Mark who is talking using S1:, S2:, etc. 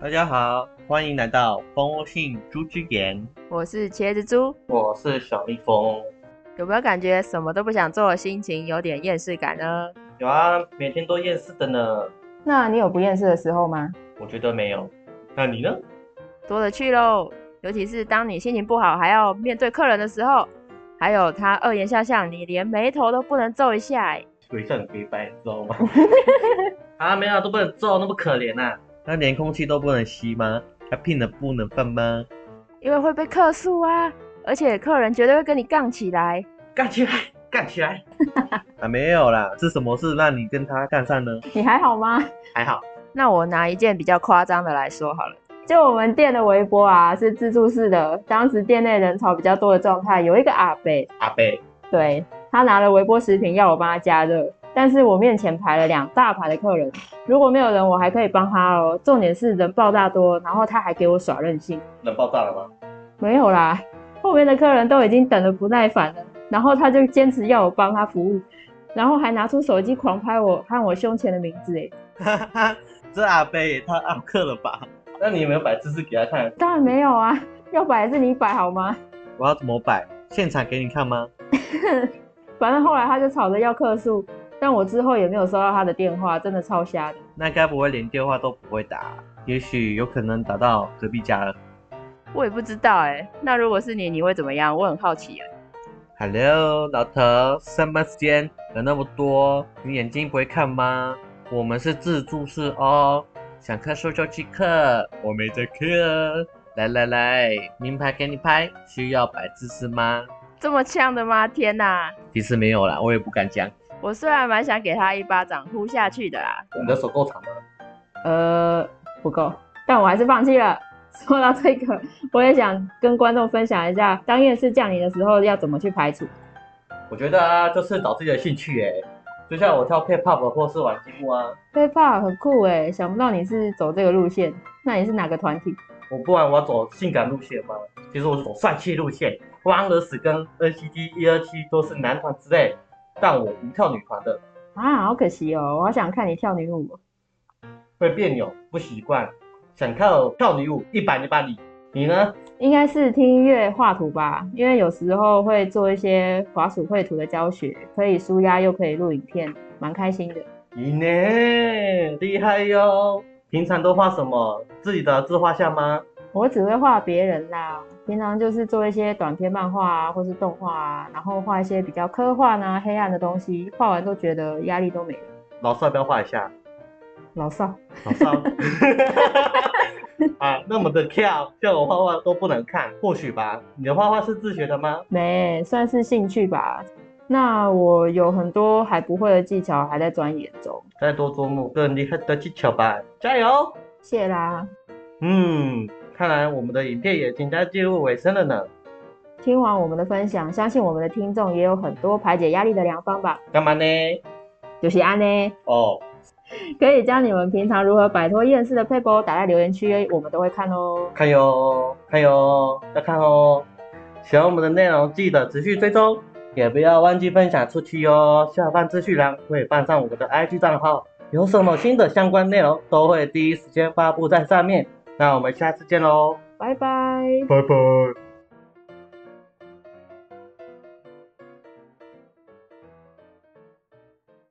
S1: 大家好，欢迎来到蜂窝性猪之言，
S2: 我是茄子猪。
S1: 我是小蜜蜂。
S2: 有没有感觉什么都不想做的心情有点厌世感呢？
S1: 有啊，每天都厌世的呢。
S2: 那你有不厌世的时候吗？
S1: 我觉得没有，那你呢？
S2: 多了去喽，尤其是当你心情不好还要面对客人的时候，还有他恶言相向，你连眉头都不能皱一下欸。
S1: 鬼算鬼白，你知道 吗？啊，没有都不能揍，那么可怜啊呐、那连空气都不能吸吗？还骗人不能放吗？
S2: 因为会被客诉啊，而且客人绝对会跟你杠起来。
S1: 干起来，干起来！ 啊，没有啦，是什么事让你跟他干上呢？
S3: 你还好吗？
S1: 还好，
S2: 那我拿一件比较夸张的来说好了，
S3: 就我们店的微波啊，是自助式的。当时店内人潮比较多的状态，有一个阿伯，
S1: 阿贝，
S3: 对他拿了微波食品要我帮他加热，但是我面前排了两大排的客人，如果没有人，我还可以帮他哦。重点是人爆炸多，然后他还给我耍任性，
S1: 冷爆炸了吗？
S3: 没有啦，后面的客人都已经等得不耐烦了，然后他就坚持要我帮他服务，然后还拿出手机狂拍我和我胸前的名字，哎，
S1: 哈哈， 这阿贝也太暗刻了吧？那你有没有摆姿势给他看？
S3: 当然没有啊，要摆还是你摆好吗？
S1: 我要怎么摆？现场给你看吗？
S3: 反正后来他就吵着要客诉，但我之后也没有收到他的电话，真的超瞎的。
S1: 那该不会连电话都不会打？也许有可能打到隔壁家了。
S2: 我也不知道哎、那如果是你，你会怎么样？我很好奇啊。
S1: Hello，老头，上班时间人那么多，你眼睛不会看吗？我们是自助式哦，想客说就去客，我没在客。来来来，名牌给你拍，需要摆姿势吗？
S2: 这么呛的吗？天哪！
S1: 其实没有啦，我也不敢讲。
S2: 我虽然蛮想给他一巴掌呼下去的啦，
S1: 你的手够长吗？
S3: 呃，不够，但我还是放弃了。 说到这个，我也想跟观众分享一下，当厌世降临的时候要怎么去排除。
S1: 我觉得啊，就是找自己的兴趣诶、就像我跳 K-pop 或是玩积木啊，
S3: p p a 很酷哎，想不到你是走这个路线，那你是哪个团体？
S1: 我不然我要走性感路线吗？其实我走帅气路线，花儿死跟 NCT 一二七都是男团之类，但我不跳女团的，
S3: 啊，好可惜哦，我好想看你跳女舞哦。
S1: 会别扭，不习惯。想靠跳女舞一百零八里，你呢？
S3: 应该是听音乐画图吧，因为有时候会做一些滑鼠绘图的教学，可以舒压又可以录影片，蛮开心的。
S1: 咦呢，厉害哟！平常都画什么？自己的自画像吗？
S3: 我只会画别人啦，平常就是做一些短篇漫画啊，或是动画啊，然后画一些比较科幻啊、黑暗的东西，画完都觉得压力都没了。
S1: 老少要不要画一下？
S3: 老少，
S1: 老少。啊，那么的跳，叫我画画都不能看，或许吧？你的画画是自学的吗？
S3: 没算是兴趣吧。那我有很多还不会的技巧，还在钻研中。
S1: 再多琢磨更厉害的技巧吧，加油！
S3: 谢啦，
S1: 嗯，看来我们的影片也即将进入尾声了呢。
S3: 听完我们的分享，相信我们的听众也有很多排解压力的良方吧。
S1: 干嘛呢？
S3: 就是安呢，
S1: 哦，
S3: 可以将你们平常如何摆脱厌世的 p a 打在留言区，我们都会看哦。
S1: 看哟，看哟，要看哦！喜欢我们的内容，记得持续追踪，也不要忘记分享出去哟。下方资讯栏会放上我们的 IG 账号，有什么新的相关内容都会第一时间发布在上面。那我们下次见喽，
S3: 拜拜。
S1: 拜拜。